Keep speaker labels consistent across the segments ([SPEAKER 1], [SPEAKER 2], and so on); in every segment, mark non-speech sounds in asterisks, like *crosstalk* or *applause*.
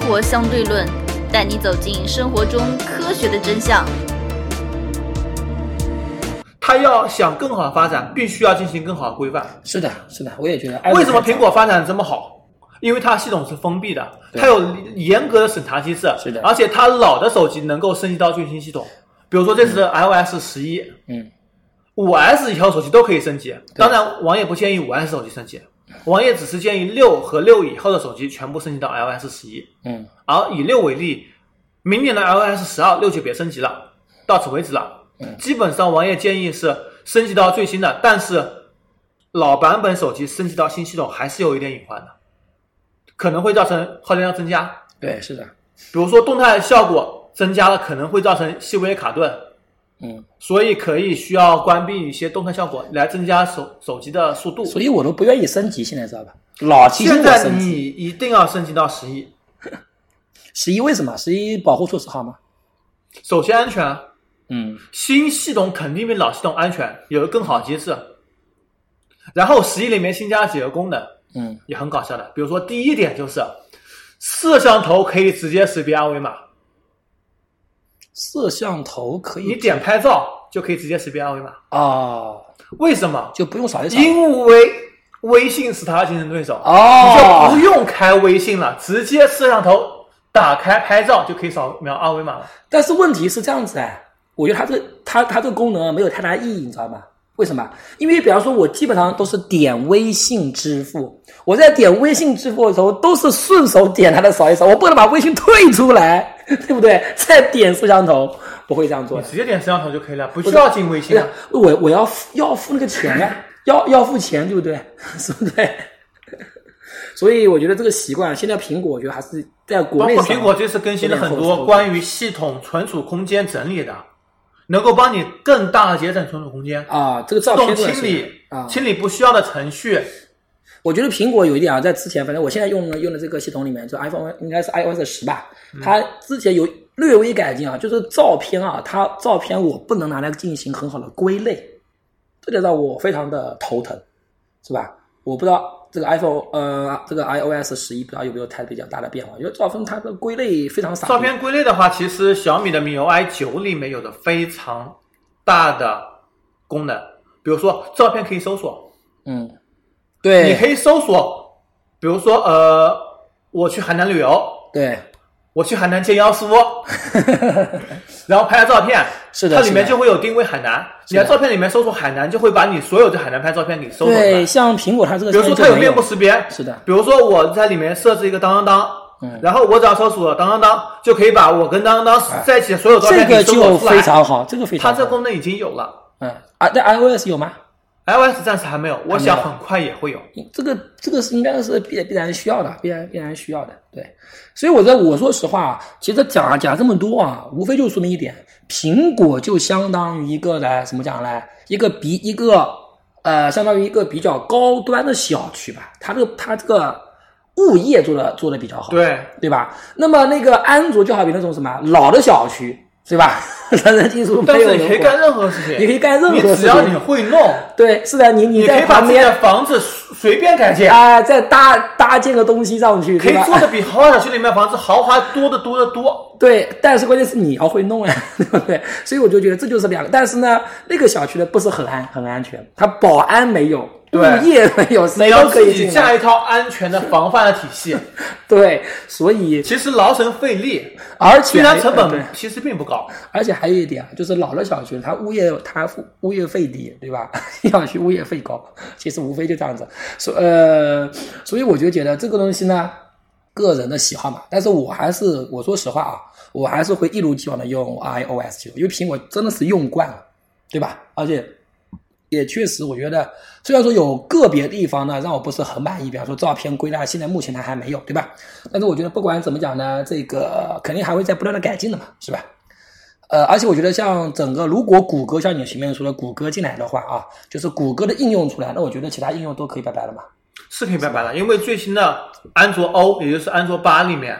[SPEAKER 1] 活相对论》，带你走进生活中科学的真相。
[SPEAKER 2] 它要想更好的发展，必须要进行更好的规范。
[SPEAKER 3] 是的，是的，我也觉得。
[SPEAKER 2] 为什么苹果发展这么好？因为它系统是封闭的，
[SPEAKER 3] 对
[SPEAKER 2] 它有严格的审查机制，
[SPEAKER 3] 嗯是的
[SPEAKER 2] 而且它老的手机能够升级到最新系统，比如说这次的 iOS 十一、
[SPEAKER 3] 嗯，
[SPEAKER 2] 五 S 以后手机都可以升级。当然，王爷不建议五 S 手机升级，王爷只是建议六和六以后的手机全部升级到 iOS 十一。
[SPEAKER 3] 嗯，
[SPEAKER 2] 而以六为例，明年的 iOS 十二六就别升级了，到此为止了。
[SPEAKER 3] 嗯
[SPEAKER 2] 基本上，王爷建议是升级到最新的，但是老版本手机升级到新系统还是有一点隐患的，可能会造成耗电量增加。
[SPEAKER 3] 对，是的，
[SPEAKER 2] 比如说动态效果增加了，可能会造成细微卡顿，
[SPEAKER 3] 嗯，
[SPEAKER 2] 所以可以需要关闭一些动态效果来增加手手机的速度。
[SPEAKER 3] 所以我都不愿意升级，现在知道吧？老提醒
[SPEAKER 2] 现
[SPEAKER 3] 我
[SPEAKER 2] 在
[SPEAKER 3] 升级。
[SPEAKER 2] 你一定要升级到十一，
[SPEAKER 3] 十一为什么？十一保护措施好吗？
[SPEAKER 2] 首先安全，啊
[SPEAKER 3] 嗯，
[SPEAKER 2] 新系统肯定比老系统安全，有个更好的机制。然后十一里面新加了几个功能，
[SPEAKER 3] 嗯，
[SPEAKER 2] 也很搞笑的。比如说第一点就是，摄像头可以直接识别二维码，
[SPEAKER 3] 摄像头可
[SPEAKER 2] 你
[SPEAKER 3] 以
[SPEAKER 2] 点拍照就可以直接识别二维码。
[SPEAKER 3] 哦，
[SPEAKER 2] 为什么？
[SPEAKER 3] 就不用扫一扫。
[SPEAKER 2] 因为微信是他的竞争对手，
[SPEAKER 3] 哦
[SPEAKER 2] 你就不用开微信了，直接摄像头打开拍照就可以扫描二维码了。
[SPEAKER 3] 但是问题是这样子哎，我觉得它这它它这个功能没有太大意义，你知道吗？为什么？因为比方说，我基本上都是点微信支付，我在点微信支付的时候都是顺手点它的扫一扫，我不能把微信退出来， *laughs* 对不对？再点摄像头，不会这样做
[SPEAKER 2] 你
[SPEAKER 3] 的。
[SPEAKER 2] 直接点摄像头就可以了，不需要进微信
[SPEAKER 3] 对
[SPEAKER 2] 了
[SPEAKER 3] 呀。，我我要付要付那个钱呀，要要付钱，对不对？ *laughs* 是不对？所以我觉得这个习惯，现在苹果我觉得还是在国
[SPEAKER 2] 包
[SPEAKER 3] 内
[SPEAKER 2] 括
[SPEAKER 3] 上，
[SPEAKER 2] 苹果这次更新了很
[SPEAKER 3] 有点后
[SPEAKER 2] 多
[SPEAKER 3] 手
[SPEAKER 2] 关于系统存储空间整理的，能够帮你更大的节省存储空间，
[SPEAKER 3] 啊，这个
[SPEAKER 2] 自
[SPEAKER 3] 照
[SPEAKER 2] 动
[SPEAKER 3] 片真的
[SPEAKER 2] 清
[SPEAKER 3] 是
[SPEAKER 2] 理
[SPEAKER 3] 啊，
[SPEAKER 2] 清理不需要的程序。
[SPEAKER 3] 我觉得苹果有一点啊，在之前，反正我现在用的用的这个系统里面，就 iPhone 应该是 iOS 十吧，
[SPEAKER 2] 嗯
[SPEAKER 3] 它之前有略微改进啊，就是照片啊，它照片我不能拿来进行很好的归类，这就让我非常的头疼，是吧？我不知道这个 iPhone 呃，这个 iOS 十一不知道有没有太比较大的变化，因为照片它的归类非常傻逼，
[SPEAKER 2] 照片归类的话，其实小米的 MIUI 九里面有着非常大的功能，比如说照片可以搜索，
[SPEAKER 3] 嗯，
[SPEAKER 2] 你
[SPEAKER 3] 对
[SPEAKER 2] 可以搜索，比如说呃，我去海南旅游，
[SPEAKER 3] 对，
[SPEAKER 2] 我去海南见妖叔，
[SPEAKER 3] *laughs*
[SPEAKER 2] 然后拍了照片，
[SPEAKER 3] 是的
[SPEAKER 2] 它里面
[SPEAKER 3] 是的
[SPEAKER 2] 就会有定位海南，你
[SPEAKER 3] 的
[SPEAKER 2] 在照片里面搜索海南，就会把你所有在海南拍照片给搜索出来
[SPEAKER 3] 对，。像苹果它这个
[SPEAKER 2] 比如说它有
[SPEAKER 3] 有
[SPEAKER 2] 面部识别，
[SPEAKER 3] 是的
[SPEAKER 2] 比如说我在里面设置一个当当当。
[SPEAKER 3] 嗯
[SPEAKER 2] 然后我只要搜索当当当，就可以把我跟当当当在一起的所有照
[SPEAKER 3] 这
[SPEAKER 2] 片给
[SPEAKER 3] 个
[SPEAKER 2] 搜
[SPEAKER 3] 就
[SPEAKER 2] 索出来。
[SPEAKER 3] 非常好，这个非
[SPEAKER 2] 它
[SPEAKER 3] 常好，
[SPEAKER 2] 这功能已经有了
[SPEAKER 3] 嗯啊，在 iOS 有吗？
[SPEAKER 2] ，iOS 暂时还没有，我想很快也会有。
[SPEAKER 3] 这个这个是应该是必必然需要的，必然必然需要的，对。所以我在我说实话啊，其实讲啊讲这么多啊，无非就说明一点，苹果就相当于一个呢，怎么讲呢？一个比一个呃，相当于一个比较高端的小区吧，它这个它这个物业做的做的比较好，
[SPEAKER 2] 对，
[SPEAKER 3] 对吧？那么那个安卓就好比那种什么老的小区，对吧？ *laughs* 人人技术没
[SPEAKER 2] 但
[SPEAKER 3] 有
[SPEAKER 2] 是你可以
[SPEAKER 3] 人
[SPEAKER 2] 干
[SPEAKER 3] 管，
[SPEAKER 2] 任何事情，
[SPEAKER 3] 你可以干任何
[SPEAKER 2] 你只要
[SPEAKER 3] 事情
[SPEAKER 2] 你会弄，
[SPEAKER 3] 对，是的，你
[SPEAKER 2] 你可
[SPEAKER 3] 在
[SPEAKER 2] 以把
[SPEAKER 3] 旁
[SPEAKER 2] 自己的
[SPEAKER 3] 边。
[SPEAKER 2] 房子随随便改建，
[SPEAKER 3] 啊，再搭搭建个东西上去，
[SPEAKER 2] 可
[SPEAKER 3] 对吧？
[SPEAKER 2] 以做的比豪华小区里面房子豪华多得多得多。
[SPEAKER 3] 对，但是关键是你要会弄啊， *laughs* 对不对？所以我就觉得这就是两个，但是呢，那个小区呢不是很安很安全，它保安没有，物
[SPEAKER 2] 对
[SPEAKER 3] 业没有，
[SPEAKER 2] 你
[SPEAKER 3] 谁
[SPEAKER 2] 要
[SPEAKER 3] 都可
[SPEAKER 2] 自
[SPEAKER 3] 以
[SPEAKER 2] 己
[SPEAKER 3] 进
[SPEAKER 2] 架
[SPEAKER 3] 来。
[SPEAKER 2] 一套安全的防范的体
[SPEAKER 3] *laughs*
[SPEAKER 2] 系，
[SPEAKER 3] 对，所以
[SPEAKER 2] 其实劳神费力，
[SPEAKER 3] 而且呃
[SPEAKER 2] 虽然成
[SPEAKER 3] 对
[SPEAKER 2] 本其实并不高。
[SPEAKER 3] 而且还有一点啊，就是老的小区，它物业它付物业费低，对吧？ *laughs* 小区物业费高，其实无非就这样子。所呃，所以我就觉得这个东西呢，个人的喜好嘛。但是我还是我说实话啊，我还是会一如既往的用 iOS 系统，因为苹果真的是用惯了，对吧？而且也确实，我觉得虽然说有个别地方呢让我不是很满意，比方说照片归纳，现在目前它还没有，对吧？但是我觉得不管怎么讲呢，这个肯定还会在不断的改进的嘛，是吧？呃，而且我觉得像整个，如果谷歌像你前面说的谷歌进来的话啊，就是谷歌的应用出来，那我觉得其他应用都可以拜拜了嘛。
[SPEAKER 2] 是可以拜拜了，因为最新的安卓 O，也就是安卓八里面，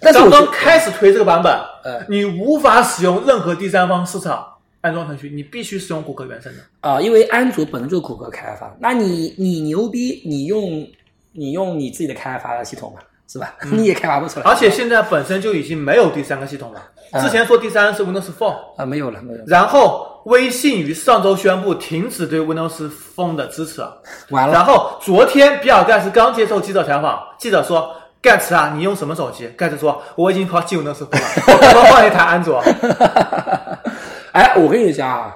[SPEAKER 3] 但是我
[SPEAKER 2] 刚刚
[SPEAKER 3] 觉得
[SPEAKER 2] 开始推这个版本，
[SPEAKER 3] 嗯
[SPEAKER 2] 你无法使用任何第三方市场安装程序，你必须使用谷歌原生的。
[SPEAKER 3] 啊、因为安卓本身就是谷歌开发，那你你牛逼，你用你用你自己的开发的系统嘛，是吧？ *laughs* 你也开发不出
[SPEAKER 2] 嗯
[SPEAKER 3] 来
[SPEAKER 2] 而且现在本身就已经没有第三个系统了。
[SPEAKER 3] 啊
[SPEAKER 2] 之前说第三是 Windows Phone，
[SPEAKER 3] 啊，没有了，没有了，
[SPEAKER 2] 然后微信于上周宣布停止对 Windows Phone 的支持。啊
[SPEAKER 3] 完了
[SPEAKER 2] 然后昨天比尔盖茨刚接受记者采访，记者说：“盖茨啊，你用什么手机？”盖茨说：“我已经抛弃 Windows Phone 了，我 *laughs* 刚刚换了一台安卓。
[SPEAKER 3] 哎，我跟你讲啊，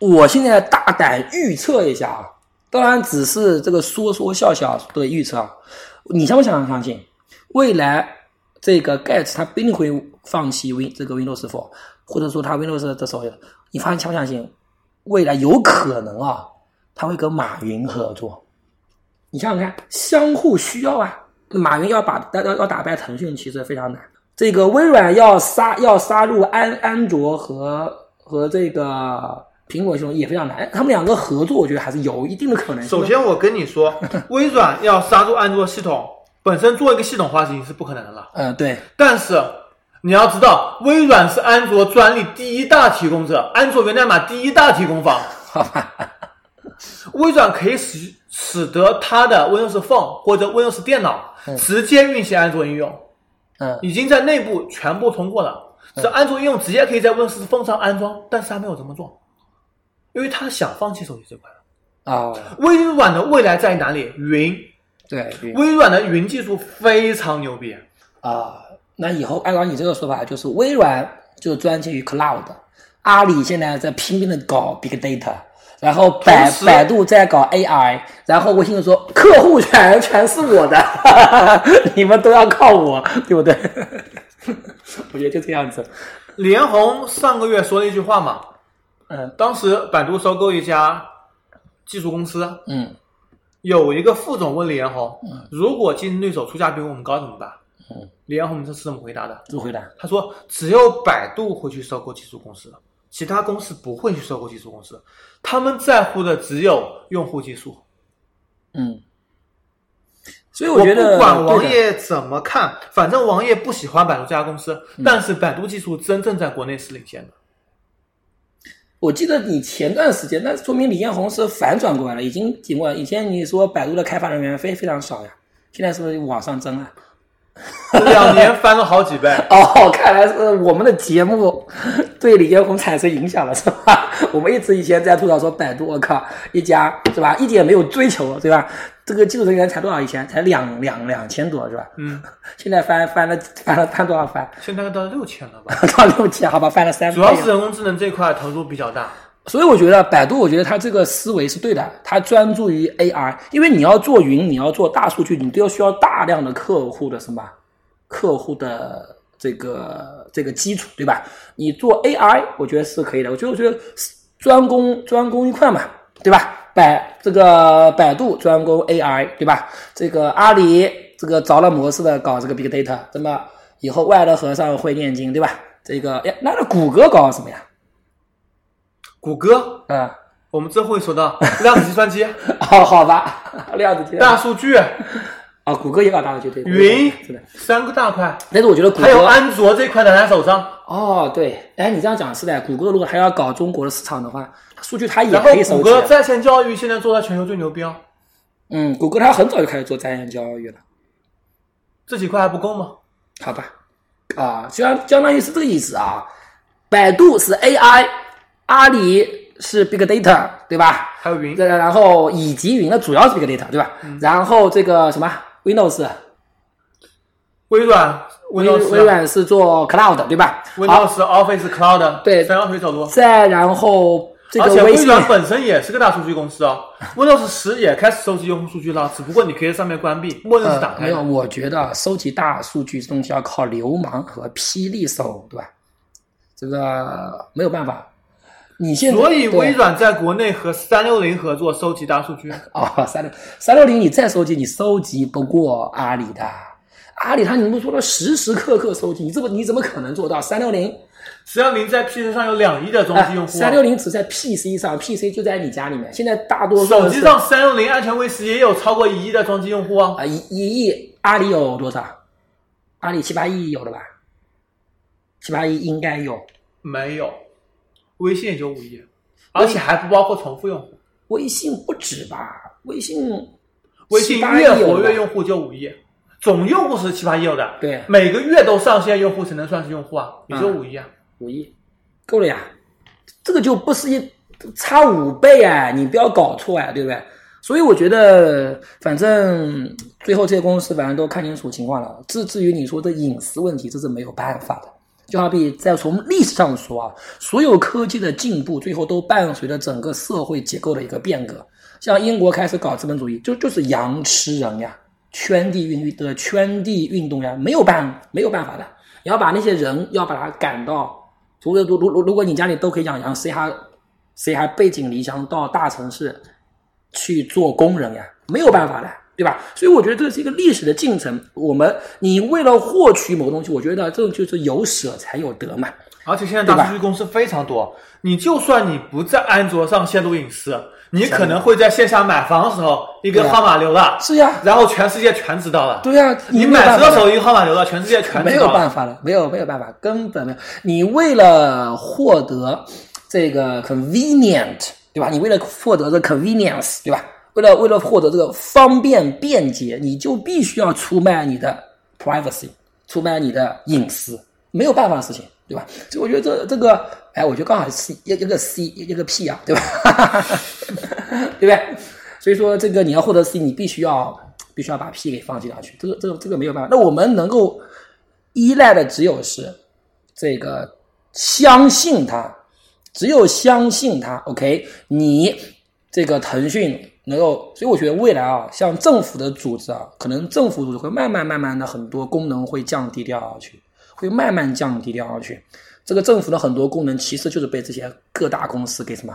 [SPEAKER 3] 我现在大胆预测一下啊，当然只是这个说说笑笑的预测啊。你相不相相信，未来这个盖茨他必定会放弃 Win 这个 Windows Phone，或者说他 Windows 的手游？你发现相不相信，未来有可能啊，他会跟马云合作？你想想看，相互需要啊。马云要把要要打败腾讯，其实非常难。这个微软要杀要杀入安安卓和和这个苹果系统也非常难。他们两个合作，我觉得还是有一定的可能”性。
[SPEAKER 2] 首，先，我跟你说，微软要杀入安卓系统，本身做一个系统化已经是不可能的了。
[SPEAKER 3] 呃，对，
[SPEAKER 2] 但是你要知道，微软是安卓专利第一大提供者，安卓源代码第一大提供方。
[SPEAKER 3] 好吧，
[SPEAKER 2] 微软可以使使得它的 Windows Phone 或者 Windows 电脑直接运行安卓应用，
[SPEAKER 3] 嗯，
[SPEAKER 2] 已经在内部全部通过了。这安卓应用直接可以在 Windows Phone 上安装，但是它没有这么做，因为它想放弃手机这块。
[SPEAKER 3] 哦，
[SPEAKER 2] 微软的未来在哪里？云，
[SPEAKER 3] 对，对
[SPEAKER 2] 微软的云技术非常牛逼。
[SPEAKER 3] 啊、那以后按照你这个说法，就是微软就专精于 cloud，阿里现在在拼命的搞 big data，然后百
[SPEAKER 2] 同时
[SPEAKER 3] 百度在搞 AI，然后微信就说客户权全是我的， *laughs* 你们都要靠我，对不对？ *laughs* 我觉得就这样子，
[SPEAKER 2] 李彦宏上个月说了一句话嘛，
[SPEAKER 3] 嗯
[SPEAKER 2] 当时百度收购一家技术公司，
[SPEAKER 3] 嗯
[SPEAKER 2] 有一个副总问李彦宏，如果竞争对手出价比我们高怎么办？李彦宏这是怎么回答的？
[SPEAKER 3] 就回答，
[SPEAKER 2] 他说：“只有百度会去收购技术公司，其他公司不会去收购技术公司，他们在乎的只有用户技术。
[SPEAKER 3] 嗯，所以我觉得
[SPEAKER 2] 不管王
[SPEAKER 3] 对的
[SPEAKER 2] 爷怎么看，反正王爷不喜欢百度这家公司，
[SPEAKER 3] 嗯
[SPEAKER 2] 但是百度技术真正在国内是领先的。
[SPEAKER 3] 我记得你前段时间，那说明李彦宏是反转过来了，已经挺过来。以前你说百度的开发人员非非常少呀，现在是不是往上增啊？
[SPEAKER 2] 两年翻了好几倍。”
[SPEAKER 3] 哦，看来是我们的节目 *laughs* 对李彦宏产生影响了，是吧？我们一直以前在吐槽说百度，我靠，一家是吧，一点没有追求，对吧？这个技术人员才多少？以前才两两两千多，是吧？
[SPEAKER 2] 嗯，
[SPEAKER 3] 现在翻翻了翻了翻多少翻？ *laughs*
[SPEAKER 2] 现在到六千了吧？
[SPEAKER 3] 到六千，好吧，翻了三倍
[SPEAKER 2] 主
[SPEAKER 3] 了。
[SPEAKER 2] 要是人工智能这块投入比较大。
[SPEAKER 3] 所以我觉得百度，我觉得它这个思维是对的，它专注于 AI，因为你要做云，你要做大数据，你都要需要大量的客户的什么，客户的这个这个基础，对吧？你做 AI，我觉得是可以的。我觉得我觉得专攻专攻一块嘛，对吧？百这个百度专攻 AI，对吧？这个阿里这个着了魔似的搞这个 Big Data，那么以后外来和尚会念经，对吧？这个哎，那那谷歌搞什么呀？
[SPEAKER 2] 谷歌，
[SPEAKER 3] 啊、
[SPEAKER 2] 我们真会说到量子计算
[SPEAKER 3] *laughs*
[SPEAKER 2] 机、
[SPEAKER 3] 哦，好吧，量子计算
[SPEAKER 2] 大数
[SPEAKER 3] *laughs*
[SPEAKER 2] 据、
[SPEAKER 3] 啊，谷歌也搞大数据对，
[SPEAKER 2] 云
[SPEAKER 3] 是的。
[SPEAKER 2] 三个大块，
[SPEAKER 3] 但是我觉得谷
[SPEAKER 2] 还有
[SPEAKER 3] 歌
[SPEAKER 2] 安卓这块揽在手上。
[SPEAKER 3] 哦，对，哎，你这样讲是的，谷歌如果还要搞中国的市场的话，数据它也
[SPEAKER 2] 然后
[SPEAKER 3] 可以收
[SPEAKER 2] 谷
[SPEAKER 3] 集啊
[SPEAKER 2] 歌。在线教育现在做到全球最牛逼哦，
[SPEAKER 3] 嗯，谷歌它很早就开始做在线教育了，
[SPEAKER 2] 这几块还不够吗？
[SPEAKER 3] 好吧？啊，相相当于是这个意思啊。百度是 AI，阿里是 Big Data，对吧？
[SPEAKER 2] 还有云，
[SPEAKER 3] 然然后以及云的主要是 Big Data，对吧？
[SPEAKER 2] 嗯
[SPEAKER 3] 然后这个什么 Windows，
[SPEAKER 2] 啊微软
[SPEAKER 3] 微微
[SPEAKER 2] Windows、
[SPEAKER 3] 软是做 Cloud，对吧？好，
[SPEAKER 2] Windows Office Cloud，
[SPEAKER 3] 对
[SPEAKER 2] 三条腿走路。
[SPEAKER 3] 再然后这
[SPEAKER 2] 而
[SPEAKER 3] 个
[SPEAKER 2] 且
[SPEAKER 3] 微
[SPEAKER 2] 微
[SPEAKER 3] 信，
[SPEAKER 2] 软本身也是个大数据公司哦，Windows 十也开始收集用户数据了，只不过你可以在上面关闭，默认是打
[SPEAKER 3] 呃，
[SPEAKER 2] 开
[SPEAKER 3] 没有，
[SPEAKER 2] 的。
[SPEAKER 3] 我觉得收集大数据这东西要靠流氓和霹雳手，对吧？这个没有办法。你现在
[SPEAKER 2] 所以
[SPEAKER 3] 对
[SPEAKER 2] 微软在国内和三六零合作收集大数据。
[SPEAKER 3] 哦，三六三六零，你再收集，你收集不过阿里的。阿里它能够做到时时刻刻收集，你这不你怎么可能做到？三六零，哎
[SPEAKER 2] 实际上您在 PC 上有两亿的中期用户，啊
[SPEAKER 3] 呃三六零只在 PC 上，PC 就在你家里面。现在大多数
[SPEAKER 2] 手
[SPEAKER 3] 是
[SPEAKER 2] 机上三六零安全卫士也有超过一亿的装机用户啊。
[SPEAKER 3] 啊一一亿，阿里有多少？阿里七八亿有了吧？七八亿应该有。
[SPEAKER 2] 没有，微信也就五亿，而且还不包括重复用户。
[SPEAKER 3] 微信不止吧？微信
[SPEAKER 2] 微信
[SPEAKER 3] 7-8
[SPEAKER 2] 月
[SPEAKER 3] 亿有
[SPEAKER 2] 活
[SPEAKER 3] 吧
[SPEAKER 2] 跃用户就五亿，总用户是七八亿的，
[SPEAKER 3] 对呀
[SPEAKER 2] 每个月都上线用户才能算是用户啊，也就五亿啊。
[SPEAKER 3] 五亿够了呀，这个就不是一差五倍哎，你不要搞错哎，对不对？所以我觉得，反正最后这些公司反正都看清楚情况了。至至于你说的隐私问题，这是没有办法的。就好比再从历史上说啊，所有科技的进步，最后都伴随着整个社会结构的一个变革。像英国开始搞资本主义，就就是羊吃人呀，圈地运运的圈地运动呀，没有办没有办法的。你要把那些人要把他赶到，如果如如如如果你家里都可以养羊，谁还谁还背井离乡到大城市去做工人呀？没有办法的，对吧？所以我觉得这是一个历史的进程。我们你为了获取某个东西，我觉得这种就是有舍才有得嘛。
[SPEAKER 2] 而且现在大数据公司非常多，啊你就算你不在安卓上泄露隐私，你可能会在线下买房的时候一
[SPEAKER 3] 对
[SPEAKER 2] 个
[SPEAKER 3] 啊
[SPEAKER 2] 号码流了，
[SPEAKER 3] 是呀，
[SPEAKER 2] 然后全世界全知道了。
[SPEAKER 3] 对呀、
[SPEAKER 2] 你
[SPEAKER 3] 没有
[SPEAKER 2] 买
[SPEAKER 3] 办
[SPEAKER 2] 车
[SPEAKER 3] 法
[SPEAKER 2] 的
[SPEAKER 3] 的
[SPEAKER 2] 时候一个号码流了，全世界全
[SPEAKER 3] 没
[SPEAKER 2] 知
[SPEAKER 3] 有
[SPEAKER 2] 道了。
[SPEAKER 3] 办法了，没有没有办法，根本没有。你为了获得这个 convenient，对吧？你为了获得这 convenience，对吧？为了为了获得这个方便便捷，你就必须要出卖你的 privacy，出卖你的隐私，没有办法的事情，对吧？所以我觉得这这个，哎，我觉得刚好是一一个 C 一个 P 啊，对吧？ *laughs* 对不对？所以说这个你要获得 C，你必须要必须要把 P 给放进去，这个这个这个没有办法。那我们能够依赖的只有是这个相信它，只有相信它。OK，你这个腾讯能够，所以我觉得未来啊，像政府的组织啊，可能政府组织会慢慢慢慢的很多功能会降低掉下去，会慢慢降低掉下去。这个政府的很多功能其实就是被这些各大公司给什么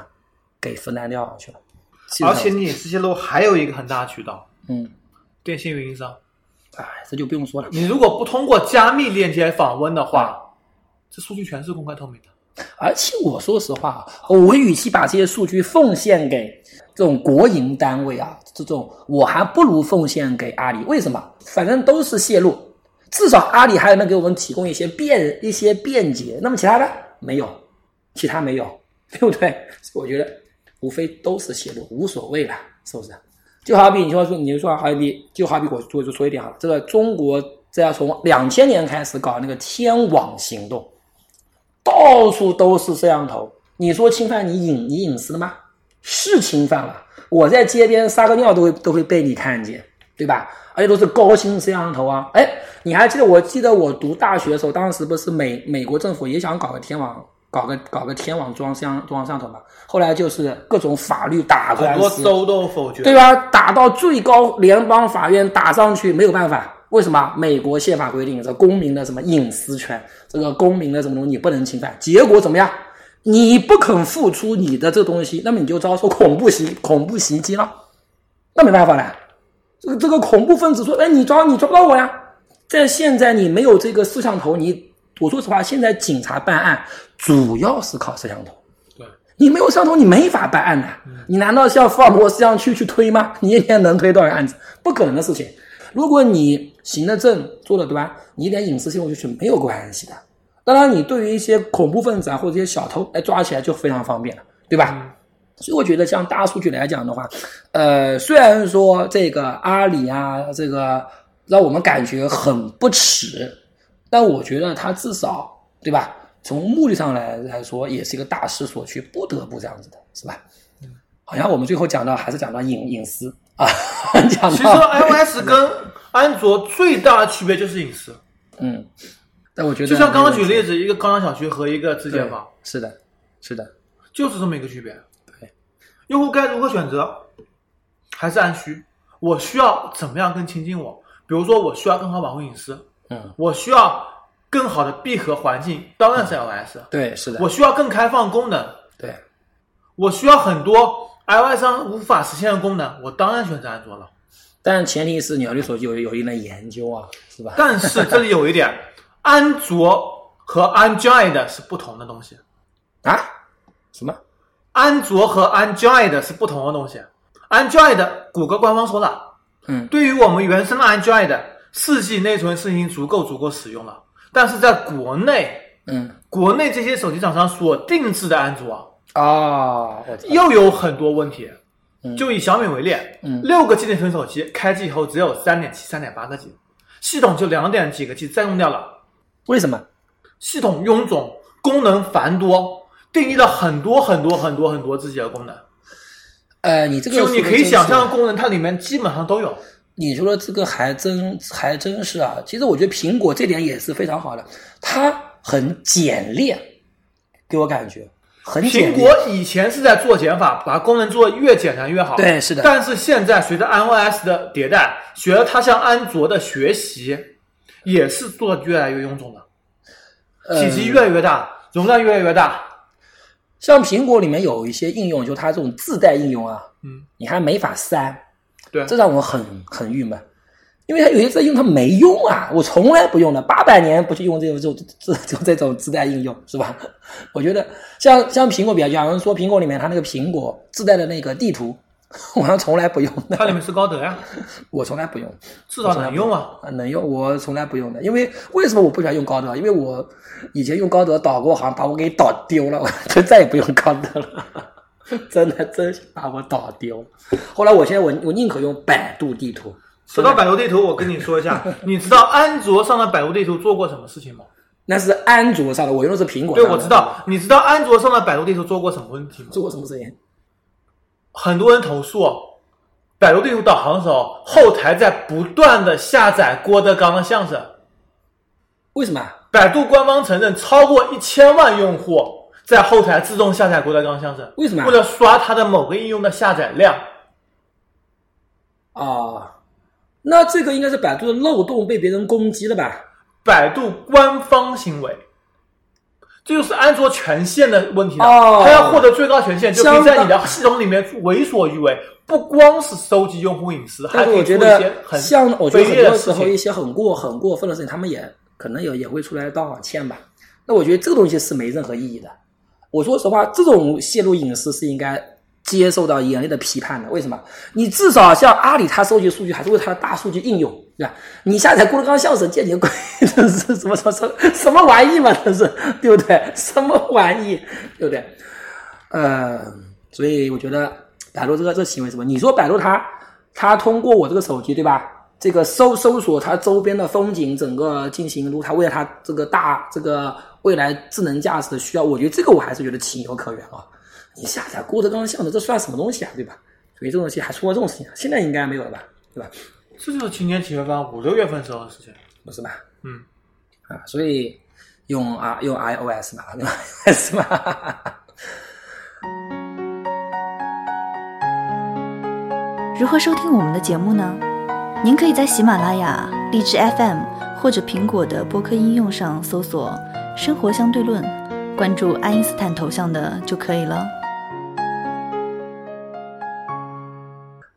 [SPEAKER 3] 给分担掉下去了。基本
[SPEAKER 2] 而
[SPEAKER 3] 上
[SPEAKER 2] 且你隐私泄露还有一个很大的渠道，
[SPEAKER 3] 嗯，
[SPEAKER 2] 电信运营商。
[SPEAKER 3] 哎，这就不用说了。
[SPEAKER 2] 你如果不通过加密链接访问的
[SPEAKER 3] 嗯
[SPEAKER 2] 话，这数据全是公开透明的。
[SPEAKER 3] 而且我说实话，啊我与其把这些数据奉献给这种国营单位啊，这种我还不如奉献给阿里。为什么？反正都是泄露，至少阿里还能给我们提供一些便一些便捷。那么其他的没有，其他没有，对不对？所以我觉得无非都是泄露，无所谓了，是不是？就好比你说说，你就说好比，就好比我我就说一点好了，这个中国这要从两千年开始搞那个天网行动，到处都是摄像头，你说侵犯你隐你隐私了吗？是侵犯了，我在街边撒个尿都会都会被你看见，对吧？而且都是高清摄像头啊！哎，你还记得？我记得我读大学的时候，当时不是美美国政府也想搞个天网，搞个搞个天网装摄像装摄像头嘛？后来就是各种法律打
[SPEAKER 2] 很
[SPEAKER 3] 官
[SPEAKER 2] 多
[SPEAKER 3] 司，
[SPEAKER 2] 州都否决。
[SPEAKER 3] 对吧？打到最高联邦法院打上去没有办法，为什么？美国宪法规定这公民的什么隐私权，这个公民的什么东西你不能侵犯。结果怎么样？你不肯付出你的这东西，那么你就遭受恐怖袭恐怖袭击了，那没办法了。这个这个恐怖分子说：“哎，你抓你抓不到我呀！”在现在你没有这个摄像头，你我说实话，现在警察办案主要是靠摄像头。
[SPEAKER 2] 对
[SPEAKER 3] 你没有摄像头，你没法办案的。你难道像福尔摩斯这样去去推吗？你一天能推多少个案子？不可能的事情。如果你行得正，坐得端，你一点隐私泄露就是没有关系的。当然，你对于一些恐怖分子啊或者一些小偷，哎，抓起来就非常方便了，对吧？所以我觉得，像大数据来讲的话，呃，虽然说这个阿里啊，这个让我们感觉很不耻，但我觉得它至少对吧？从目的上来来说，也是一个大势所趋，不得不这样子的，是吧？好像我们最后讲到还是讲到隐隐私啊， *laughs* 讲
[SPEAKER 2] 其实
[SPEAKER 3] 到
[SPEAKER 2] iOS 跟安卓最大的区别就是隐私，
[SPEAKER 3] 嗯，但我觉得
[SPEAKER 2] 就像刚刚举
[SPEAKER 3] 没有
[SPEAKER 2] 例子，一个高档小区和一个自
[SPEAKER 3] 问题
[SPEAKER 2] 建房，
[SPEAKER 3] 对是的，是的，
[SPEAKER 2] 就是这么一个区别。
[SPEAKER 3] 对，
[SPEAKER 2] 用户该如何选择，还是按需？我需要怎么样更亲近我？比如说，我需要更好保护隐私，
[SPEAKER 3] 嗯，
[SPEAKER 2] 我需要更好的闭合环境，当然是
[SPEAKER 3] 嗯
[SPEAKER 2] iOS。
[SPEAKER 3] 对，是的
[SPEAKER 2] 我，需要更开放功能，
[SPEAKER 3] 对，
[SPEAKER 2] 我需要很多 iOS 上无法实现的功能，我当然选择安卓了。
[SPEAKER 3] 但前提是你要对手机有有一定的研究啊，是吧？
[SPEAKER 2] 但是这里有一点， *laughs* 安卓和 Android 是不同的东西，
[SPEAKER 3] 啊，什么？
[SPEAKER 2] 安卓和 Android 是不同的东西。Android 谷歌官方说了，
[SPEAKER 3] 嗯
[SPEAKER 2] 对于我们原生的 Android，四 G 内存是已经足够足够使用了，但是在国内，
[SPEAKER 3] 嗯，
[SPEAKER 2] 国内这些手机厂商所定制的安卓啊
[SPEAKER 3] 哦，我知道
[SPEAKER 2] 又有很多问题。
[SPEAKER 3] 嗯
[SPEAKER 2] 就以小米为例，
[SPEAKER 3] 嗯
[SPEAKER 2] 六个 G 内存手机开机以后只有三点七、三点八个 G，系统就两点几个 G 占用掉了，
[SPEAKER 3] 为什么？
[SPEAKER 2] 系统臃肿，功能繁多，定义了很多很多很多很多自己的功能。
[SPEAKER 3] 呃，你这个
[SPEAKER 2] 就
[SPEAKER 3] 说
[SPEAKER 2] 你
[SPEAKER 3] 得
[SPEAKER 2] 可以
[SPEAKER 3] 真是
[SPEAKER 2] 想象的功能，它里面基本上都有。
[SPEAKER 3] 你说的这个还真还真是啊。其实我觉得苹果这点也是非常好的，它很简练，给我感觉很简
[SPEAKER 2] 苹
[SPEAKER 3] 练。
[SPEAKER 2] 果以前是在做减法，把功能做得越简单越好。
[SPEAKER 3] 对是的
[SPEAKER 2] 但是现在随着 iOS 的迭代，随着它向安卓的学习，也是做的越来越臃肿了，体
[SPEAKER 3] 呃
[SPEAKER 2] 积越来越大，容量越来越大。
[SPEAKER 3] 像苹果里面有一些应用，就它这种自带应用啊，
[SPEAKER 2] 嗯，
[SPEAKER 3] 你还没法删，
[SPEAKER 2] 对
[SPEAKER 3] 这让我很很郁闷，因为它有些自带应用它没用啊，我从来不用的，八百年不去用这种这种这这这种自带应用是吧？ *laughs* 我觉得像像苹果比较，有人说苹果里面它那个苹果自带的那个地图， *laughs* 我好像从来不用
[SPEAKER 2] 它里
[SPEAKER 3] 的，
[SPEAKER 2] 面是高德呀，
[SPEAKER 3] 我从来不用。
[SPEAKER 2] 至少能用啊。
[SPEAKER 3] 啊，能用我从来不用的，因为为什么我不喜欢用高德？因为我以前用高德导过航，把我给导丢了，我 *laughs* 就再也不用高德了。 *laughs* 真的，真是把我导丢了。后来我现在我我宁可用百度地图，
[SPEAKER 2] *laughs* 说到百度地图，我跟你说一下，你知道安卓上的百度地图做过什么事情吗？
[SPEAKER 3] 那是安卓上的，我用的是苹果
[SPEAKER 2] 对，
[SPEAKER 3] 上的
[SPEAKER 2] 我知。道。你知道安卓上的百度地图做过什么问题吗？
[SPEAKER 3] 做过什么事情？
[SPEAKER 2] 很多人投诉，哦百度地图导航的时候，后台在不断的下载郭德纲的相声。
[SPEAKER 3] 为什么啊？
[SPEAKER 2] 百度官方承认，超过一千万用户在后台自动下载郭德纲相声，
[SPEAKER 3] 为什么啊
[SPEAKER 2] 为了刷它的某个应用的下载量。
[SPEAKER 3] 啊、那这个应该是百度的漏洞被别人攻击了吧？
[SPEAKER 2] 百度官方行为，这就是安卓权限的问题了。
[SPEAKER 3] 哦
[SPEAKER 2] 它要获得最高权限，就可以
[SPEAKER 3] 相当
[SPEAKER 2] 在你的系统里面为所欲为，不光是收集用户隐私，还
[SPEAKER 3] 但是
[SPEAKER 2] 可以
[SPEAKER 3] 我
[SPEAKER 2] 做
[SPEAKER 3] 觉
[SPEAKER 2] 一些
[SPEAKER 3] 得，
[SPEAKER 2] 很
[SPEAKER 3] 像我觉得
[SPEAKER 2] 卑
[SPEAKER 3] 很
[SPEAKER 2] 劣的
[SPEAKER 3] 多时
[SPEAKER 2] 事
[SPEAKER 3] 候一
[SPEAKER 2] 情。
[SPEAKER 3] 些很过很过分的事情，他们也可能有也会出来道歉吧。那我觉得这个东西是没任何意义的。我说实话，这种泄露隐私是应该接受到严厉的批判的。为什么？你至少像阿里，它收集数据还是为它的大数据应用，对吧？你下载郭德纲相声，见你个鬼！ *laughs* 这是什么什么什么什么玩意嘛？这是对不对？什么玩意？对不对？呃，所以我觉得百度这个这行为是什么？你说百度它它通过我这个手机对吧？这个搜搜索它周边的风景，整个进行，如果它为了它这个大这个未来智能驾驶的需要，我觉得这个我还是觉得情有可原啊。你下载郭德纲相声，这算什么东西啊，对吧？所以这种东西还出过这种事情啊，现在应该没有了吧，对吧？
[SPEAKER 2] 这就是今年几月份？五六月份时候的事情。
[SPEAKER 3] 不是吧？
[SPEAKER 2] 嗯，
[SPEAKER 3] 啊，所以用啊用 iOS 吧， *laughs* 用 iOS 吧。
[SPEAKER 1] 如何收听我们的节目呢？您可以在喜马拉雅、荔枝 FM 或者苹果的播客应用上搜索“生活相对论”，关注爱因斯坦头像的就可以了。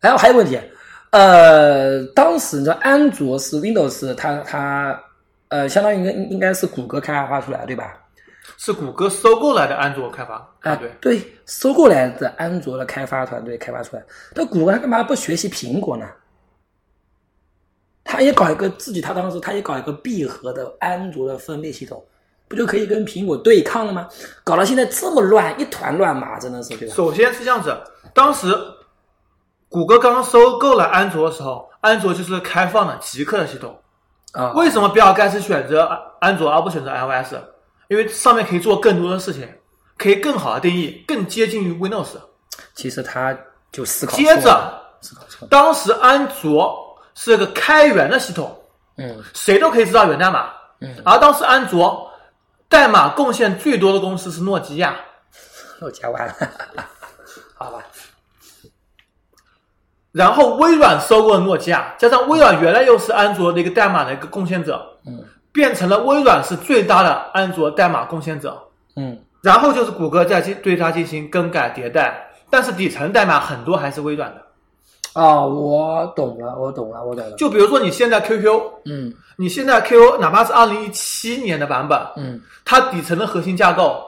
[SPEAKER 3] 还哎有还有问题，呃，当时你知道安卓是 Windows，它它呃，相当于应该应该是谷歌开发出来的对吧？
[SPEAKER 2] 是谷歌收购来的安卓开发
[SPEAKER 3] 啊
[SPEAKER 2] 团队，，
[SPEAKER 3] 对，收购来的安卓的开发团队开发出来，但谷歌它干嘛不学习苹果呢？他也搞一个自己，他当时他也搞一个闭合的安卓的分类系统，不就可以跟苹果对抗了吗？搞到现在这么乱，一团乱麻，真的是对吧？
[SPEAKER 2] 首先是这样子，当时谷歌刚收购了安卓的时候，安卓就是开放的极客的系统。
[SPEAKER 3] 啊，
[SPEAKER 2] 为什么比尔盖茨选择安卓而不选择 iOS？因为上面可以做更多的事情，可以更好的定义，更接近于 Windows。
[SPEAKER 3] 其实他就思考错
[SPEAKER 2] 接
[SPEAKER 3] 了
[SPEAKER 2] 着，
[SPEAKER 3] 思考错了，
[SPEAKER 2] 当时安卓是个开源的系统，
[SPEAKER 3] 嗯
[SPEAKER 2] 谁都可以知道源代码。
[SPEAKER 3] 嗯
[SPEAKER 2] 而当时安卓代码贡献最多的公司是诺基亚。
[SPEAKER 3] 我加完了， *laughs* 好吧，
[SPEAKER 2] 然后微软收购了诺基亚，加上微软原来又是安卓的一个代码的一个贡献者，
[SPEAKER 3] 嗯
[SPEAKER 2] 变成了微软是最大的安卓代码贡献者。
[SPEAKER 3] 嗯
[SPEAKER 2] 然后就是谷歌在进对它进行更改迭代，但是底层代码很多还是微软的。
[SPEAKER 3] 啊，我懂了，我懂了，我懂了，
[SPEAKER 2] 就比如说你现在 QQ，
[SPEAKER 3] 嗯
[SPEAKER 2] 你现在 QQ 哪怕是二零一七年的版本，
[SPEAKER 3] 嗯
[SPEAKER 2] 它底层的核心架构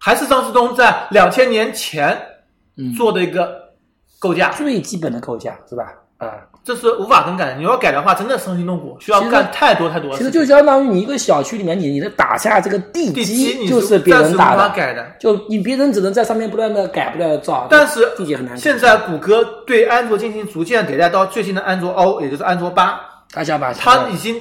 [SPEAKER 2] 还是张志东在两千年前
[SPEAKER 3] 嗯，
[SPEAKER 2] 做的一个构架，
[SPEAKER 3] 最基本的构架是吧？啊。
[SPEAKER 2] 这是无法更改的。你要改的话，真的伤筋动骨，需要
[SPEAKER 3] 其实
[SPEAKER 2] 干太多太多的
[SPEAKER 3] 其
[SPEAKER 2] 事
[SPEAKER 3] 实
[SPEAKER 2] 情。
[SPEAKER 3] 就相当于你一个小区里面，你你的打下这个地
[SPEAKER 2] 第七你
[SPEAKER 3] 基就是别
[SPEAKER 2] 暂时
[SPEAKER 3] 人
[SPEAKER 2] 无
[SPEAKER 3] 打
[SPEAKER 2] 法
[SPEAKER 3] 的，
[SPEAKER 2] 改的。
[SPEAKER 3] 就你别人只能在上面不断的改，不断的造。
[SPEAKER 2] 但是
[SPEAKER 3] 地基很难改。
[SPEAKER 2] 现在谷歌对安卓进行逐渐迭代，到最新的安卓 O，也就是安卓八，
[SPEAKER 3] 大家把
[SPEAKER 2] 他已经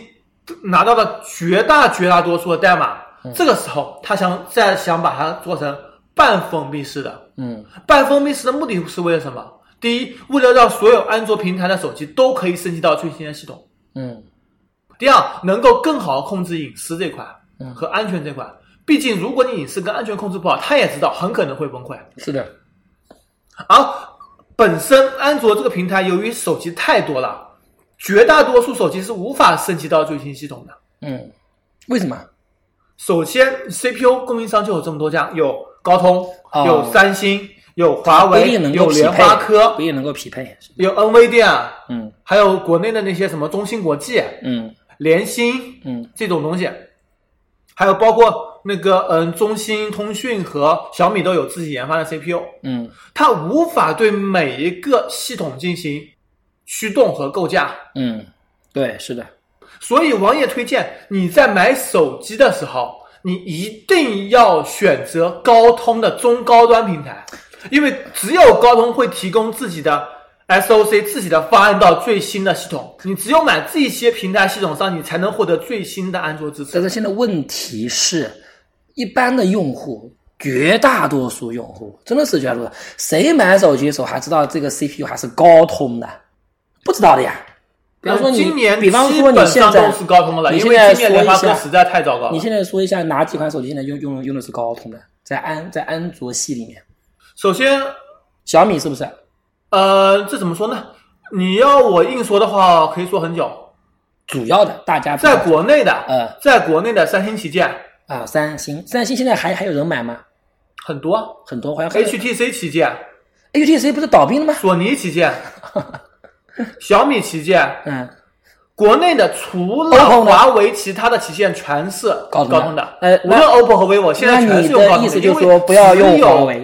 [SPEAKER 2] 拿到了绝大绝大多数的代码，这个时候他想再想把它做成半封闭式的，
[SPEAKER 3] 嗯
[SPEAKER 2] 半封闭式的目的是为了什么？第一，为了让所有安卓平台的手机都可以升级到最新的系统；
[SPEAKER 3] 嗯
[SPEAKER 2] 第二，能够更好地控制隐私这块
[SPEAKER 3] 嗯，
[SPEAKER 2] 和安全这块。毕竟，如果你隐私跟安全控制不好，他也知道很可能会崩溃。
[SPEAKER 3] 是的，
[SPEAKER 2] 而本身安卓这个平台由于手机太多了，绝大多数手机是无法升级到最新系统的。
[SPEAKER 3] 嗯，为什么？
[SPEAKER 2] 首先，CPU 供应商就有这么多家，有高通，
[SPEAKER 3] 哦
[SPEAKER 2] 有三星，有华
[SPEAKER 3] 不一
[SPEAKER 2] 为
[SPEAKER 3] 定能，够
[SPEAKER 2] 有
[SPEAKER 3] 匹
[SPEAKER 2] 联
[SPEAKER 3] 配
[SPEAKER 2] 发科
[SPEAKER 3] 不一，定能够匹配。
[SPEAKER 2] 有 NVIDIA，
[SPEAKER 3] 嗯
[SPEAKER 2] 啊还有国内的那些什么中芯国际、
[SPEAKER 3] 嗯
[SPEAKER 2] 联芯
[SPEAKER 3] 嗯
[SPEAKER 2] 这种东西，还有包括那个嗯，中兴通讯和小米都有自己研发的 CPU，
[SPEAKER 3] 嗯
[SPEAKER 2] 它无法对每一个系统进行驱动和构架，
[SPEAKER 3] 嗯，对，是的，
[SPEAKER 2] 所以王爷推荐你在买手机的时候，你一定要选择高通的中高端平台，因为只有高通会提供自己的 SOC 自己的方案到最新的系统，你只有买这些平台系统上，你才能获得最新的安卓支持。
[SPEAKER 3] 但是现在问题是，一般的用户，绝大多数用户，真的是绝大多数，谁买手机的时候还知道这个 CPU 还是高通的？不知道的呀。比方说
[SPEAKER 2] 嗯
[SPEAKER 3] 你，
[SPEAKER 2] 今年
[SPEAKER 3] 比方
[SPEAKER 2] 基
[SPEAKER 3] 说你
[SPEAKER 2] 本
[SPEAKER 3] 现
[SPEAKER 2] 上
[SPEAKER 3] 在
[SPEAKER 2] 都是高通了，
[SPEAKER 3] 你
[SPEAKER 2] 因
[SPEAKER 3] 现
[SPEAKER 2] 为
[SPEAKER 3] 在
[SPEAKER 2] 今
[SPEAKER 3] 说
[SPEAKER 2] 年联
[SPEAKER 3] 一
[SPEAKER 2] 发科
[SPEAKER 3] 下，
[SPEAKER 2] 实在太糟糕
[SPEAKER 3] 你
[SPEAKER 2] 了。
[SPEAKER 3] 现在说一下哪几款手机现在用用用的是高通的，在安在安卓系里面，
[SPEAKER 2] 首先，
[SPEAKER 3] 小米是不是？
[SPEAKER 2] 呃，这怎么说呢？你要我硬说的话，可以说很久。
[SPEAKER 3] 主要的大家
[SPEAKER 2] 在国内的，
[SPEAKER 3] 嗯
[SPEAKER 2] 在国内的三星旗舰
[SPEAKER 3] 啊，三星，三星现在还还有人买吗？
[SPEAKER 2] 很多，
[SPEAKER 3] 很多好像
[SPEAKER 2] HTC 旗舰、
[SPEAKER 3] HTC 不是倒闭了吗？
[SPEAKER 2] 索尼旗舰、 *laughs* 小米旗舰，
[SPEAKER 3] 嗯，
[SPEAKER 2] 国内的除了
[SPEAKER 3] OPPO 呢
[SPEAKER 2] 华为，其他的旗舰全是
[SPEAKER 3] 高
[SPEAKER 2] 高
[SPEAKER 3] 通的
[SPEAKER 2] 通的。
[SPEAKER 3] 呃
[SPEAKER 2] 无论 OPPO 和 vivo，现在
[SPEAKER 3] 那
[SPEAKER 2] 全
[SPEAKER 3] 你
[SPEAKER 2] 是用高
[SPEAKER 3] 的
[SPEAKER 2] 通
[SPEAKER 3] 意
[SPEAKER 2] 的。
[SPEAKER 3] 思就是
[SPEAKER 2] 因为
[SPEAKER 3] 说不要用
[SPEAKER 2] 只有
[SPEAKER 3] 华，为，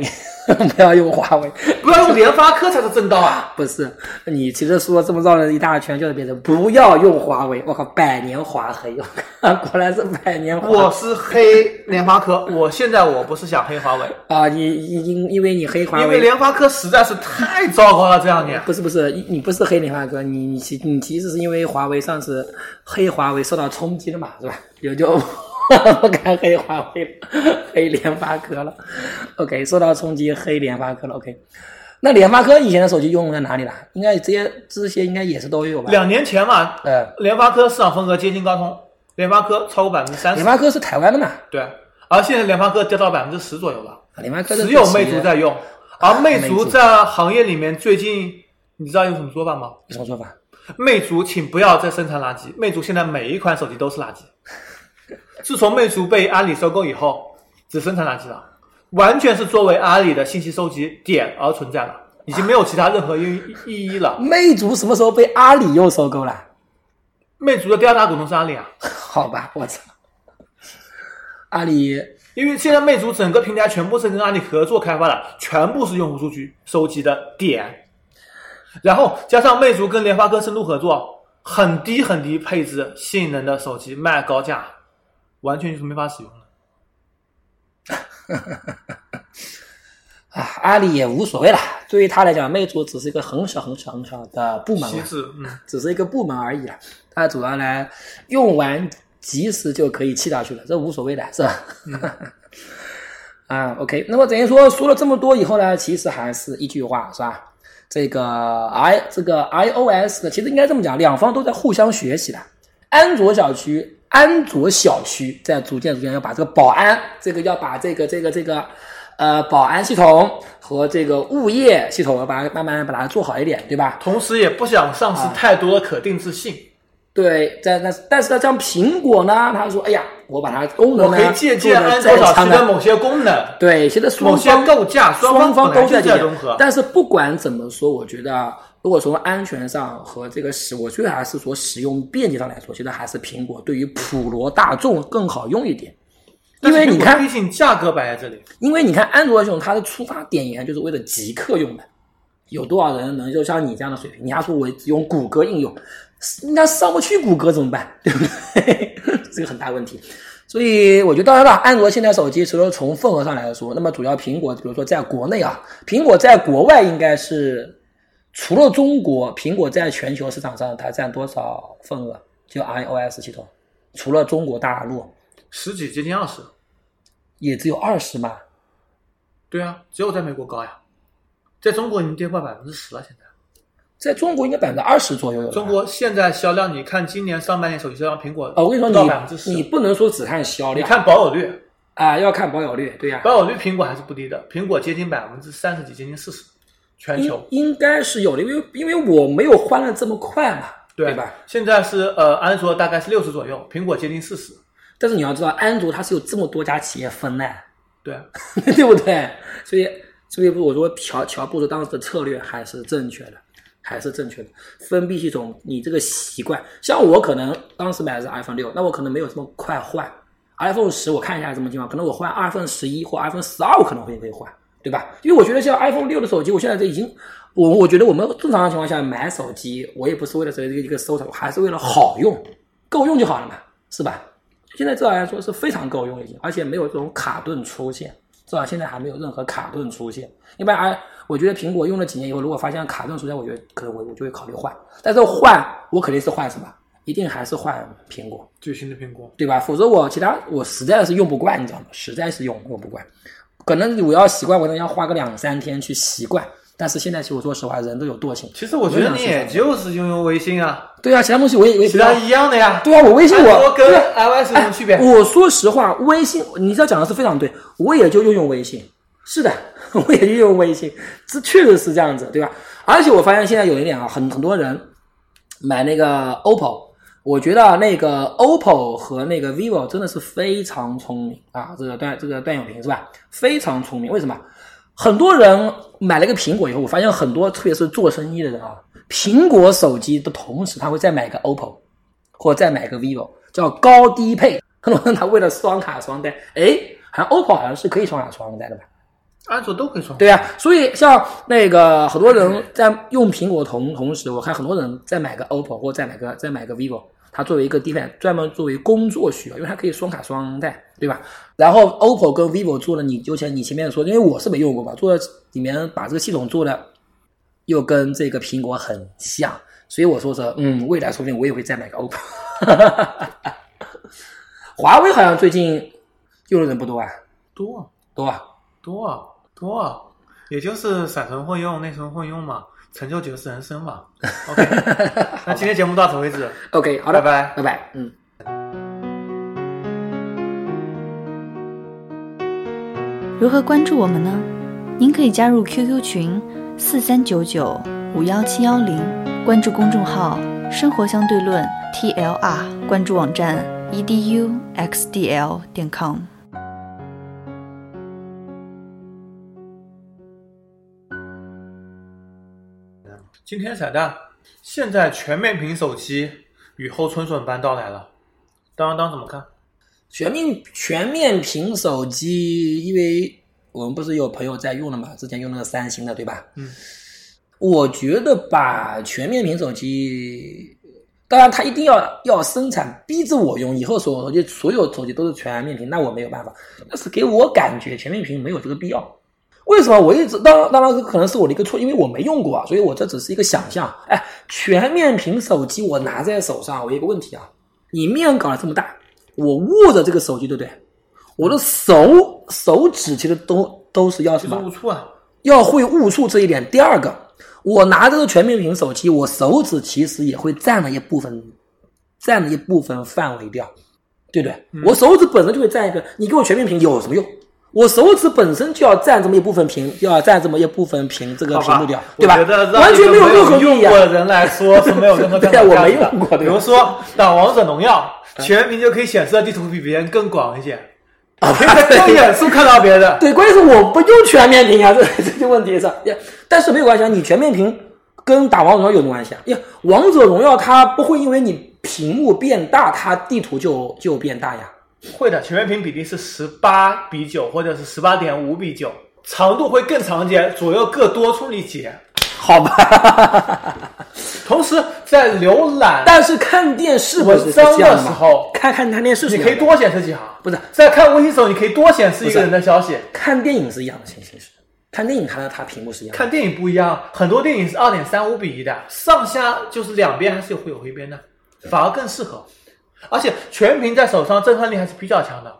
[SPEAKER 3] *laughs* 不要用华为，
[SPEAKER 2] 不要用联发科才是正道啊！
[SPEAKER 3] 不是？你其实说这么绕了一大圈，就是变成不要用华为。我靠，百年华黑，我靠，果然是百年华
[SPEAKER 2] 我是黑联发科，我现在我不是想黑华为，
[SPEAKER 3] 啊！你你因因为你黑华
[SPEAKER 2] 因为
[SPEAKER 3] 为，
[SPEAKER 2] 联发科实在是太糟糕了这两年。
[SPEAKER 3] 不是不是，你你不是黑联发科，你你其你其实是因为华为上次黑华为受到冲击了嘛，是吧？也就 *laughs* 不敢黑华为了，黑联发科了。OK，受到冲击黑联发科了。OK，那联发科以前的手机用在哪里啦？应该这些这些应该也是都有吧？
[SPEAKER 2] 两年前嘛，
[SPEAKER 3] 呃，
[SPEAKER 2] 联发科市场份额接近高通，联发科超过百分之三
[SPEAKER 3] 联
[SPEAKER 2] 十，
[SPEAKER 3] 发科是台湾的嘛？
[SPEAKER 2] 对，而现在联发科跌到百分之十左右了。
[SPEAKER 3] 啊联发科是
[SPEAKER 2] 只有
[SPEAKER 3] 自己
[SPEAKER 2] 魅
[SPEAKER 3] 的啊
[SPEAKER 2] 族在，用，而魅
[SPEAKER 3] 魅
[SPEAKER 2] 族
[SPEAKER 3] 族
[SPEAKER 2] 在行业里面最近，你知道有什么说法吗？
[SPEAKER 3] 有什么说法？
[SPEAKER 2] 魅族，请不要再生产垃圾。魅族现在每一款手机都是垃圾。自从魅族被阿里收购以后，只生产垃圾了，完全是作为阿里的信息收集点而存在了，已经没有其他任何意意义了。
[SPEAKER 3] 魅族什么时候被阿里又收购了？ *laughs*
[SPEAKER 2] 魅族的第二大股东是阿里啊，
[SPEAKER 3] 好吧，我操，阿里
[SPEAKER 2] 因为现在魅族整个平台全部是跟阿里合作开发的，全部是用户数据收集的点，然后加上魅族跟联发科深度合作，很低很低配置性能的手机卖高价，完全就是没法使用的。
[SPEAKER 3] 啊，阿里也无所谓了。对于他来讲，魅族只是一个很小、很小、很小的部门
[SPEAKER 2] 机
[SPEAKER 3] 了，
[SPEAKER 2] 制，嗯，
[SPEAKER 3] 只是一个部门而已了。它主要来用完及时就可以弃下去了，这无所谓的，是吧？ *laughs* 啊，OK。那么等于说说了这么多以后呢，其实还是一句话，是吧？这个 i 这个 iOS 呢，其实应该这么讲，两方都在互相学习的。安卓小区，安卓小区在逐渐逐渐要把这个保安，这个要把这个这个这个，呃，保安系统和这个物业系统，把它慢慢把它做好一点，对吧？
[SPEAKER 2] 同时也不想丧失太多的可定制性，
[SPEAKER 3] 对，在那但是呢，像苹果呢，他说，哎呀，我把它功能
[SPEAKER 2] 我
[SPEAKER 3] 呢
[SPEAKER 2] 可以借鉴
[SPEAKER 3] 做得
[SPEAKER 2] 安卓
[SPEAKER 3] 再
[SPEAKER 2] 小
[SPEAKER 3] 强
[SPEAKER 2] 区
[SPEAKER 3] 的
[SPEAKER 2] 的某些功能，
[SPEAKER 3] 对，现在双
[SPEAKER 2] 某些
[SPEAKER 3] 方
[SPEAKER 2] 构架，
[SPEAKER 3] 双
[SPEAKER 2] 方
[SPEAKER 3] 方
[SPEAKER 2] 本来
[SPEAKER 3] 都
[SPEAKER 2] 就
[SPEAKER 3] 在
[SPEAKER 2] 在
[SPEAKER 3] 这
[SPEAKER 2] 融
[SPEAKER 3] 边
[SPEAKER 2] 合。
[SPEAKER 3] 但是不管怎么说，我觉得如果从安全上和这个使，我觉得还是说使用便捷上来说，觉得还是苹果对于普罗大众更好用一点。因为
[SPEAKER 2] 但是
[SPEAKER 3] 你
[SPEAKER 2] 苹果
[SPEAKER 3] 看
[SPEAKER 2] 毕，竟价格摆在这里，
[SPEAKER 3] 因为你看安卓系统，它的出发点也就是为了极客用的。有多少人能就像你这样的水平？你还说我只用谷歌应用，那上不去谷歌怎么办？ *laughs* 对不对？这个很大问题。所以我觉得，当然了，安卓现在手机除了从份额上来说，那么主要苹果，比如说在国内啊，苹果在国外应该是除了中国，苹果在全球市场上它占多少份额？就 iOS 系统，除了中国大陆，
[SPEAKER 2] 十几接近二十，
[SPEAKER 3] 也只有二十嘛。
[SPEAKER 2] 对啊，只有在美国高呀，在中国已经跌破百分之十了，现在。
[SPEAKER 3] 在中国应该百分之二十左右有吧。
[SPEAKER 2] 中国现在销量，你看今年上半年手机销量，苹果
[SPEAKER 3] 啊，我跟你
[SPEAKER 2] 到百分之
[SPEAKER 3] 说，
[SPEAKER 2] 十，
[SPEAKER 3] 你你不能说只看销
[SPEAKER 2] 你
[SPEAKER 3] 量，
[SPEAKER 2] 看保有率，
[SPEAKER 3] 啊、要看保有率，对呀、
[SPEAKER 2] 保有率苹果还是不低的，苹果接近百分之三十几，接近四十，全
[SPEAKER 3] 应
[SPEAKER 2] 球
[SPEAKER 3] 应该是有的，因为因为我没有换的这么快嘛，对吧？？
[SPEAKER 2] 现在是呃，安卓大概是六十左右，苹果接近四十，
[SPEAKER 3] 但是你要知道，安卓它是有这么多家企业分的，
[SPEAKER 2] 对，
[SPEAKER 3] *laughs* 对不对？所以所以我说乔乔布斯当时的策略还是正确的，还是正确的。封闭系统，你这个习惯，像我可能当时买的是 iPhone 六，那我可能没有这么快换 iPhone 十，我看一下什么情况，可能我换 iPhone 十一或 iPhone 十二，我可能会会换，对吧？因为我觉得像 iPhone 六的手机，我现在这已经。我我觉得我们正常的情况下买手机，我也不是为了这个一个收藏，我还是为了好用，够用就好了嘛，是吧？现在至少来说是非常够用已经，而且没有这种卡顿出现，至少现在还没有任何卡顿出现。一般而我觉得苹果用了几年以后，如果发现卡顿出现，我觉得可能我我就会考虑换。但是换我肯定是换什么？一定还是换苹果，
[SPEAKER 2] 最新的苹果，
[SPEAKER 3] 对吧？否则我其他我实在是用不惯，你知道吗？实在是用用不惯，可能我要习惯，我可能要花个两三天去习惯。但是现在其实我说实话，人都有惰性。
[SPEAKER 2] 其实我觉得你也就是用用微信啊，
[SPEAKER 3] 对啊，其他东西我也我也
[SPEAKER 2] 其他一样的呀。
[SPEAKER 3] 对啊，我微信
[SPEAKER 2] 安
[SPEAKER 3] 我
[SPEAKER 2] 卓
[SPEAKER 3] 对啊
[SPEAKER 2] 跟 iOS 有什么区别？
[SPEAKER 3] 我说实话，微信，你这讲的是非常对，我也就用用微信。是的， *laughs* 我也就用微信，这确实是这样子，对吧？而且我发现现在有一点啊，很很多人买那个 OPPO，我觉得啊那个 OPPO 和那个 vivo 真的是非常聪明啊，这个段这个段永平是吧？非常聪明，为什么？很多人买了一个苹果以后，我发现很多特别是做生意的人啊，苹果手机的同时，他会再买个 OPPO，或者再买个 vivo，叫高低配。很多人他为了双卡双待，哎，好像 OPPO 好像是可以双卡双待的吧？
[SPEAKER 2] 安卓都可以双，
[SPEAKER 3] 对呀、所以像那个很多人在用苹果同同时，我看很多人在买个 OPPO 或再买个再买个 vivo，它作为一个低配，专门作为工作需要，因为它可以双卡双待，对吧？然后 OPPO 跟 vivo 做了你，就像你前面说，因为我是没用过嘛，做的里面把这个系统做的又跟这个苹果很像，所以我说是，嗯，未来说不定我也会再买个 OPPO。华为好像最近用的人不多啊，
[SPEAKER 2] 多啊
[SPEAKER 3] 多啊，
[SPEAKER 2] 多啊多啊，也就是闪存混用、内存混用嘛，成就就是人生嘛。OK，那
[SPEAKER 3] *laughs*
[SPEAKER 2] 今天节目到此为止，
[SPEAKER 3] OK，好
[SPEAKER 2] 拜
[SPEAKER 3] 的，
[SPEAKER 2] 拜。
[SPEAKER 3] 拜拜，嗯。
[SPEAKER 1] 如何关注我们呢？您可以加入 QQ 群四三九九五幺七幺零，关注公众号“生活相对论 ”TLR，关注网站 E eduxdl 点 com。
[SPEAKER 2] 今天彩蛋，现在全面屏手机雨后春笋般到来了，当当怎么看？
[SPEAKER 3] 全面全面屏手机，因为我们不是有朋友在用了嘛，之前用那个三星的，对吧？
[SPEAKER 2] 嗯，
[SPEAKER 3] 我觉得吧，全面屏手机，当然它一定要要生产，逼着我用。以后所有手机所有手机都是全面屏，那我没有办法。但是给我感觉全面屏没有这个必要。为什么我一直当然当然这可能是我的一个错，因为我没用过啊，所以我这只是一个想象。哎，全面屏手机我拿在手上，我有一个问题啊，你面搞得这么大，我握着这个手机对不对？我的手手指其实都都是要
[SPEAKER 2] 其
[SPEAKER 3] 什
[SPEAKER 2] 实
[SPEAKER 3] 么？
[SPEAKER 2] 无处啊，
[SPEAKER 3] 要会误触这一点。第二个，我拿这个全面屏手机，我手指其实也会占了一部分，占了一部分范围掉，对不对？
[SPEAKER 2] 嗯
[SPEAKER 3] 我手指本身就会占一个，你给我全面屏有什么用？我手指本身就要占这么一部分屏，要占这么一部分屏这
[SPEAKER 2] 好
[SPEAKER 3] 个屏
[SPEAKER 2] 吧
[SPEAKER 3] 幕掉，，
[SPEAKER 2] 我
[SPEAKER 3] 对吧
[SPEAKER 2] 觉得？让
[SPEAKER 3] 完全
[SPEAKER 2] 一个
[SPEAKER 3] 没有任何
[SPEAKER 2] 用
[SPEAKER 3] 意义啊。
[SPEAKER 2] 过的人来说是没有
[SPEAKER 3] *laughs*
[SPEAKER 2] 任何参
[SPEAKER 3] 对啊
[SPEAKER 2] 考
[SPEAKER 3] 我
[SPEAKER 2] 价
[SPEAKER 3] 没
[SPEAKER 2] 值的
[SPEAKER 3] 用过对吧嗯
[SPEAKER 2] 比如说打王者荣耀，全屏就可以显示的地图比别人更广一
[SPEAKER 3] *laughs*
[SPEAKER 2] 些，*laughs*
[SPEAKER 3] 啊
[SPEAKER 2] 可以在更远处看到别人。
[SPEAKER 3] *laughs* 对，关键是我不用全面屏啊，这这就问题是吧，呀，但是没有关系啊，你全面屏跟打王者荣耀有什么关系啊？呀，王者荣耀它不会因为你屏幕变大，它地图就就变大呀。
[SPEAKER 2] 会的，全面屏比例是十八比九或者是十八点五比九，长度会更长一些，左右各多出一截。
[SPEAKER 3] 好吧，
[SPEAKER 2] *laughs* 同时在浏览
[SPEAKER 3] 但是看电视不是
[SPEAKER 2] 文章的
[SPEAKER 3] 这样
[SPEAKER 2] 时
[SPEAKER 3] 嘛
[SPEAKER 2] 候
[SPEAKER 3] 看看看电视是
[SPEAKER 2] 你可
[SPEAKER 3] 这
[SPEAKER 2] 以
[SPEAKER 3] 样的
[SPEAKER 2] 多显示几行，
[SPEAKER 3] 不是
[SPEAKER 2] 在看微信时候你可以多显示一个人的消息。
[SPEAKER 3] 看电影是一样的情形是，看电影看到它屏幕是一样的，
[SPEAKER 2] 看电影不一样，很多电影是二点三五比一的，上下就是两边还是有会有回边的，反而更适合。而且全屏在手上震撼力还是比较强的，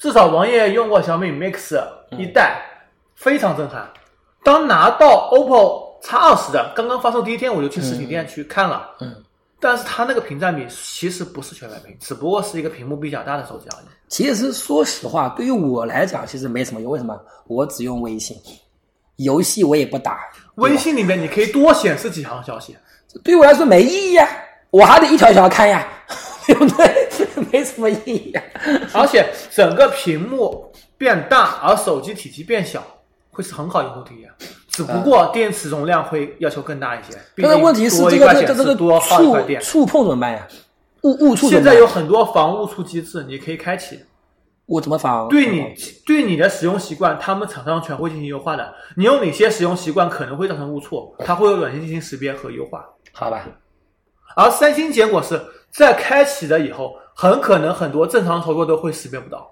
[SPEAKER 2] 至少王爷用过小米 Mix
[SPEAKER 3] 嗯
[SPEAKER 2] 一代，非常震撼。当拿到 OPPO X 二十的刚刚发售第一天，我就去实体店去看了，
[SPEAKER 3] 嗯，
[SPEAKER 2] 但是它那个屏占比其实不是全白屏，只不过是一个屏幕比较大的手机而已。
[SPEAKER 3] 其实说实话，对于我来讲，其实没什么用。为什么？我只用微信，游戏我也不打。
[SPEAKER 2] 微信里面你可以多显示几行消息，
[SPEAKER 3] 对我来说没意义呀、我还得一条一条看呀，对不对？没什么意义呀、
[SPEAKER 2] 而且整个屏幕变大，而手机体积变小，会是很好用户体验。只不过电池容量会要求更大一些。
[SPEAKER 3] 嗯但是问题是，
[SPEAKER 2] 毕
[SPEAKER 3] 这
[SPEAKER 2] 竟多一
[SPEAKER 3] 个
[SPEAKER 2] 块
[SPEAKER 3] 这
[SPEAKER 2] 显
[SPEAKER 3] 个这
[SPEAKER 2] 示
[SPEAKER 3] 个
[SPEAKER 2] 多耗一块
[SPEAKER 3] 触
[SPEAKER 2] 电。
[SPEAKER 3] 触碰怎么办呀？误误触怎
[SPEAKER 2] 现
[SPEAKER 3] 么
[SPEAKER 2] 在
[SPEAKER 3] 办？
[SPEAKER 2] 有很多防误触机制，你可以开启。
[SPEAKER 3] 我怎么防？
[SPEAKER 2] 对你对你的使用习惯，他们厂商全会进行优化的。你有哪些使用习惯可能会造成误触？它会有软件进行识别和优化。
[SPEAKER 3] 好吧？
[SPEAKER 2] 而三星结果是在开启了以后，很可能很多正常操作都会识别不到，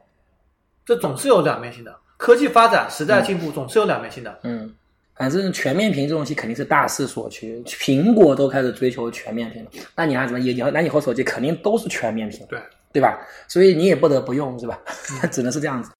[SPEAKER 2] 这总是有两面性的。科技发展、时代进步，总是有两面性的。
[SPEAKER 3] 嗯，反正全面屏这东西肯定是大势所趋，苹果都开始追求全面屏了，那你还怎么？以后那以后手机肯定都是全面屏，
[SPEAKER 2] 对
[SPEAKER 3] *laughs*
[SPEAKER 2] 嗯
[SPEAKER 3] 对吧？所以你也不得不用，是吧？只能是这样子。